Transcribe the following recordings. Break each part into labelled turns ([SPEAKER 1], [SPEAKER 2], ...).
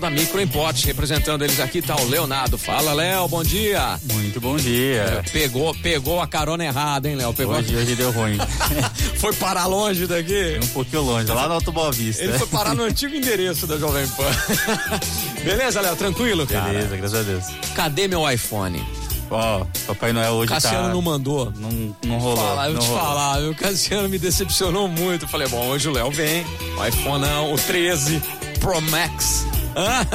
[SPEAKER 1] Da Micro Importe, representando eles aqui, tá o Leonardo. Fala, Léo, bom dia.
[SPEAKER 2] Muito bom dia.
[SPEAKER 1] Pegou, pegou a carona errada, hein, Léo? Pegou a-
[SPEAKER 2] Hoje, hoje deu ruim.
[SPEAKER 1] Foi parar longe daqui.
[SPEAKER 2] um pouquinho longe, lá no Alto Boa Vista. né?
[SPEAKER 1] Ele foi parar no antigo endereço da Jovem Pan. Beleza, Léo? Tranquilo, cara?
[SPEAKER 2] Beleza, Tá. graças a Deus.
[SPEAKER 1] Cadê meu iPhone?
[SPEAKER 2] Ó, Papai Noel hoje
[SPEAKER 1] Cassiano
[SPEAKER 2] tá...
[SPEAKER 1] não mandou.
[SPEAKER 2] Não, não rolou.
[SPEAKER 1] Fala, eu
[SPEAKER 2] não
[SPEAKER 1] te
[SPEAKER 2] rolou.
[SPEAKER 1] falar, o Cassiano me decepcionou muito. Eu Falei, bom, hoje o Léo vem, o iPhone não, o 13 Pro Max. Ah,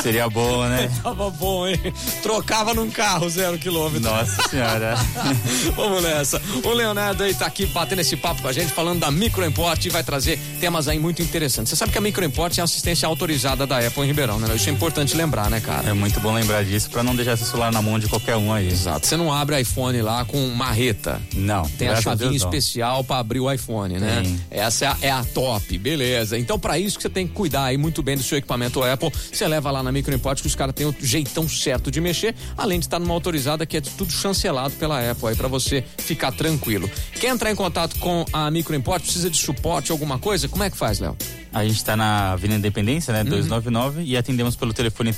[SPEAKER 2] Seria bom, né?
[SPEAKER 1] tava bom, hein? Trocava num carro zero quilômetro.
[SPEAKER 2] Nossa senhora.
[SPEAKER 1] Vamos nessa. O Leonardo aí tá aqui batendo esse papo com a gente, falando da Microimport e vai trazer temas aí muito interessantes. Você sabe que a Microimport é a assistência autorizada da Apple em Ribeirão, né? Isso é importante lembrar, né, cara?
[SPEAKER 2] É muito bom lembrar disso pra não deixar seu celular na mão de qualquer um aí.
[SPEAKER 1] Exato. Você não abre iPhone lá com marreta.
[SPEAKER 2] Não,
[SPEAKER 1] Tem a
[SPEAKER 2] graças
[SPEAKER 1] chavinha
[SPEAKER 2] Deus, não.
[SPEAKER 1] especial pra abrir o iPhone, né?
[SPEAKER 2] Tem.
[SPEAKER 1] Essa é a, é a top, beleza. Então, pra isso que você tem que cuidar aí muito bem do seu equipamento Apple, você leva lá na Microimport que os caras têm o jeitão certo de mexer, além de estar numa autorizada que é tudo chancelado pela Apple aí pra você ficar tranquilo. Quer entrar em contato com a Microimport? Precisa de suporte, alguma coisa? Como é que faz, Léo?
[SPEAKER 2] A gente tá na Avenida Independência,
[SPEAKER 1] Uhum.
[SPEAKER 2] né? 299 e atendemos pelo telefone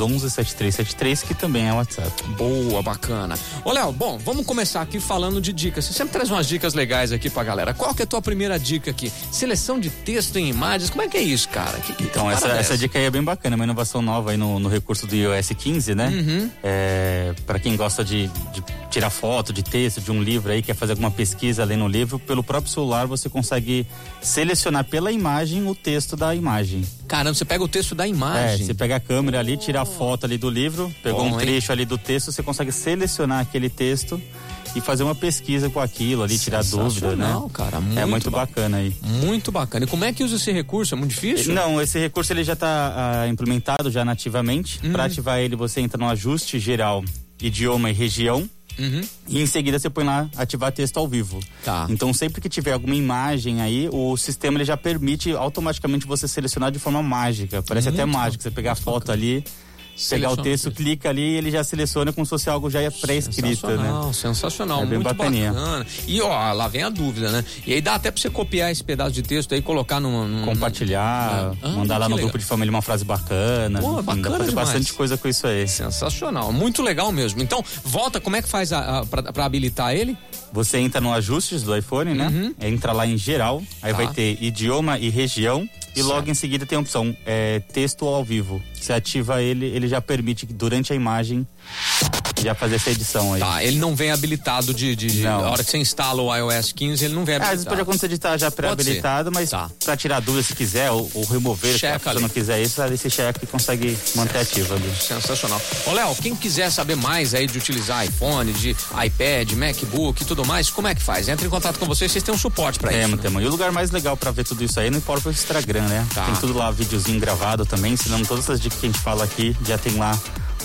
[SPEAKER 2] 3211-7373, que também é WhatsApp.
[SPEAKER 1] Boa, bacana. Ô, Léo, bom, vamos começar aqui falando de dicas. Você sempre traz umas dicas legais aqui pra galera. Qual que é a tua primeira dica aqui? Seleção de texto em imagens, como é que é isso, cara? Que- que
[SPEAKER 2] Então, essa,
[SPEAKER 1] parada é
[SPEAKER 2] essa dica aí é bem bacana, uma inovação nova aí no, no recurso do iOS 15, né?
[SPEAKER 1] Uhum.
[SPEAKER 2] É, para quem gosta de, de tirar foto de texto, de um livro aí, quer fazer alguma pesquisa ali no livro, pelo próprio celular você consegue selecionar pela imagem o texto da imagem.
[SPEAKER 1] Caramba, você pega o texto da
[SPEAKER 2] É,
[SPEAKER 1] imagem. Oh.
[SPEAKER 2] você pega a câmera ali, tira a foto ali do livro, pegou
[SPEAKER 1] Bom,
[SPEAKER 2] um
[SPEAKER 1] hein?
[SPEAKER 2] trecho ali do texto, você consegue selecionar aquele texto e fazer uma pesquisa com aquilo ali, tirar dúvida, né?
[SPEAKER 1] Sensacional, cara, muito
[SPEAKER 2] é muito
[SPEAKER 1] ba-
[SPEAKER 2] bacana aí.
[SPEAKER 1] Muito bacana. E como é que usa esse recurso? É muito difícil?
[SPEAKER 2] Não, esse recurso ele já está implementado já nativamente.
[SPEAKER 1] Uhum.
[SPEAKER 2] Para ativar ele, você entra no ajuste geral, idioma e região. E em seguida você põe lá ativar texto ao vivo.
[SPEAKER 1] Uhum. Tá.
[SPEAKER 2] Então sempre que tiver alguma imagem aí, o sistema ele já permite automaticamente você selecionar de forma mágica. Parece até mágico você pegar a foto ali, pegar
[SPEAKER 1] Seleciona
[SPEAKER 2] o texto,
[SPEAKER 1] o texto.
[SPEAKER 2] clica ali e ele já seleciona como se fosse algo já pré-escrito, né?
[SPEAKER 1] sensacional, Uhum. sensacional,
[SPEAKER 2] É bem
[SPEAKER 1] muito
[SPEAKER 2] bacaninha.
[SPEAKER 1] bacana. E ó, lá vem a dúvida, né? E aí dá até pra você copiar esse pedaço de texto aí, colocar num. num-
[SPEAKER 2] Compartilhar,
[SPEAKER 1] Ah,
[SPEAKER 2] mandar lá
[SPEAKER 1] que
[SPEAKER 2] no
[SPEAKER 1] legal.
[SPEAKER 2] grupo de família uma frase bacana.
[SPEAKER 1] Pô,
[SPEAKER 2] enfim, dá
[SPEAKER 1] bacana
[SPEAKER 2] pra fazer
[SPEAKER 1] demais.
[SPEAKER 2] bastante coisa com isso aí.
[SPEAKER 1] Sensacional, muito legal mesmo. Então, volta, como é que faz a, a- pra, pra habilitar ele?
[SPEAKER 2] Você entra no ajustes do iPhone, né? Entra lá em geral, aí
[SPEAKER 1] Uhum. Tá.
[SPEAKER 2] vai ter idioma e região. E
[SPEAKER 1] Certo.
[SPEAKER 2] logo em seguida tem a opção é, texto ao vivo. Você ativa ele, ele já permite que durante a imagem já fazer essa edição aí.
[SPEAKER 1] Tá, ele não vem habilitado de. de, de-
[SPEAKER 2] Não.
[SPEAKER 1] Na hora que você instala o iOS 15, ele não vem
[SPEAKER 2] É, às vezes
[SPEAKER 1] habilitado.
[SPEAKER 2] pode acontecer de estar já pré-habilitado,
[SPEAKER 1] Tá. Pode
[SPEAKER 2] mas
[SPEAKER 1] ser. Tá.
[SPEAKER 2] pra tirar dúvida se quiser, ou, ou remover, se
[SPEAKER 1] Checa
[SPEAKER 2] a pessoa
[SPEAKER 1] ali.
[SPEAKER 2] não quiser isso, aí você checa e consegue manter ativo ali.
[SPEAKER 1] Sensacional. Ô, Léo, quem quiser saber mais aí de utilizar iPhone, de iPad, MacBook e tudo mais, como é que faz? Entra em contato com vocês, vocês têm um suporte pra isso.
[SPEAKER 2] Temos, temos. E o lugar mais legal pra ver tudo isso aí é no próprio Instagram, né?
[SPEAKER 1] Tá.
[SPEAKER 2] Tem tudo lá, videozinho gravado também, ensinando todas essas dicas que a gente fala aqui. Já tem lá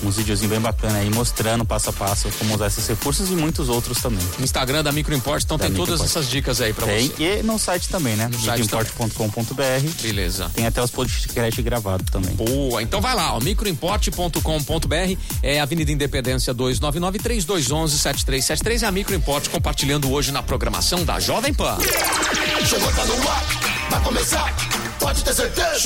[SPEAKER 2] uns videozinhos bem bacanas aí, mostrando passo a passo como usar esses recursos e muitos outros também.
[SPEAKER 1] No Instagram da Microimport, então
[SPEAKER 2] Da
[SPEAKER 1] tem todas
[SPEAKER 2] Microimport.
[SPEAKER 1] essas dicas aí pra
[SPEAKER 2] Tem.
[SPEAKER 1] você.
[SPEAKER 2] E no site também, né?
[SPEAKER 1] site
[SPEAKER 2] Microimport.com.br.
[SPEAKER 1] Beleza.
[SPEAKER 2] Tem até os podcasts gravados também.
[SPEAKER 1] Boa, então vai lá, ó, microimporte.com.br é Avenida Independência 299 3211 7373 é a Microimport compartilhando hoje na programação da Jovem Pan.
[SPEAKER 3] Chegou, tá no ar, vai começar, pode ter certeza.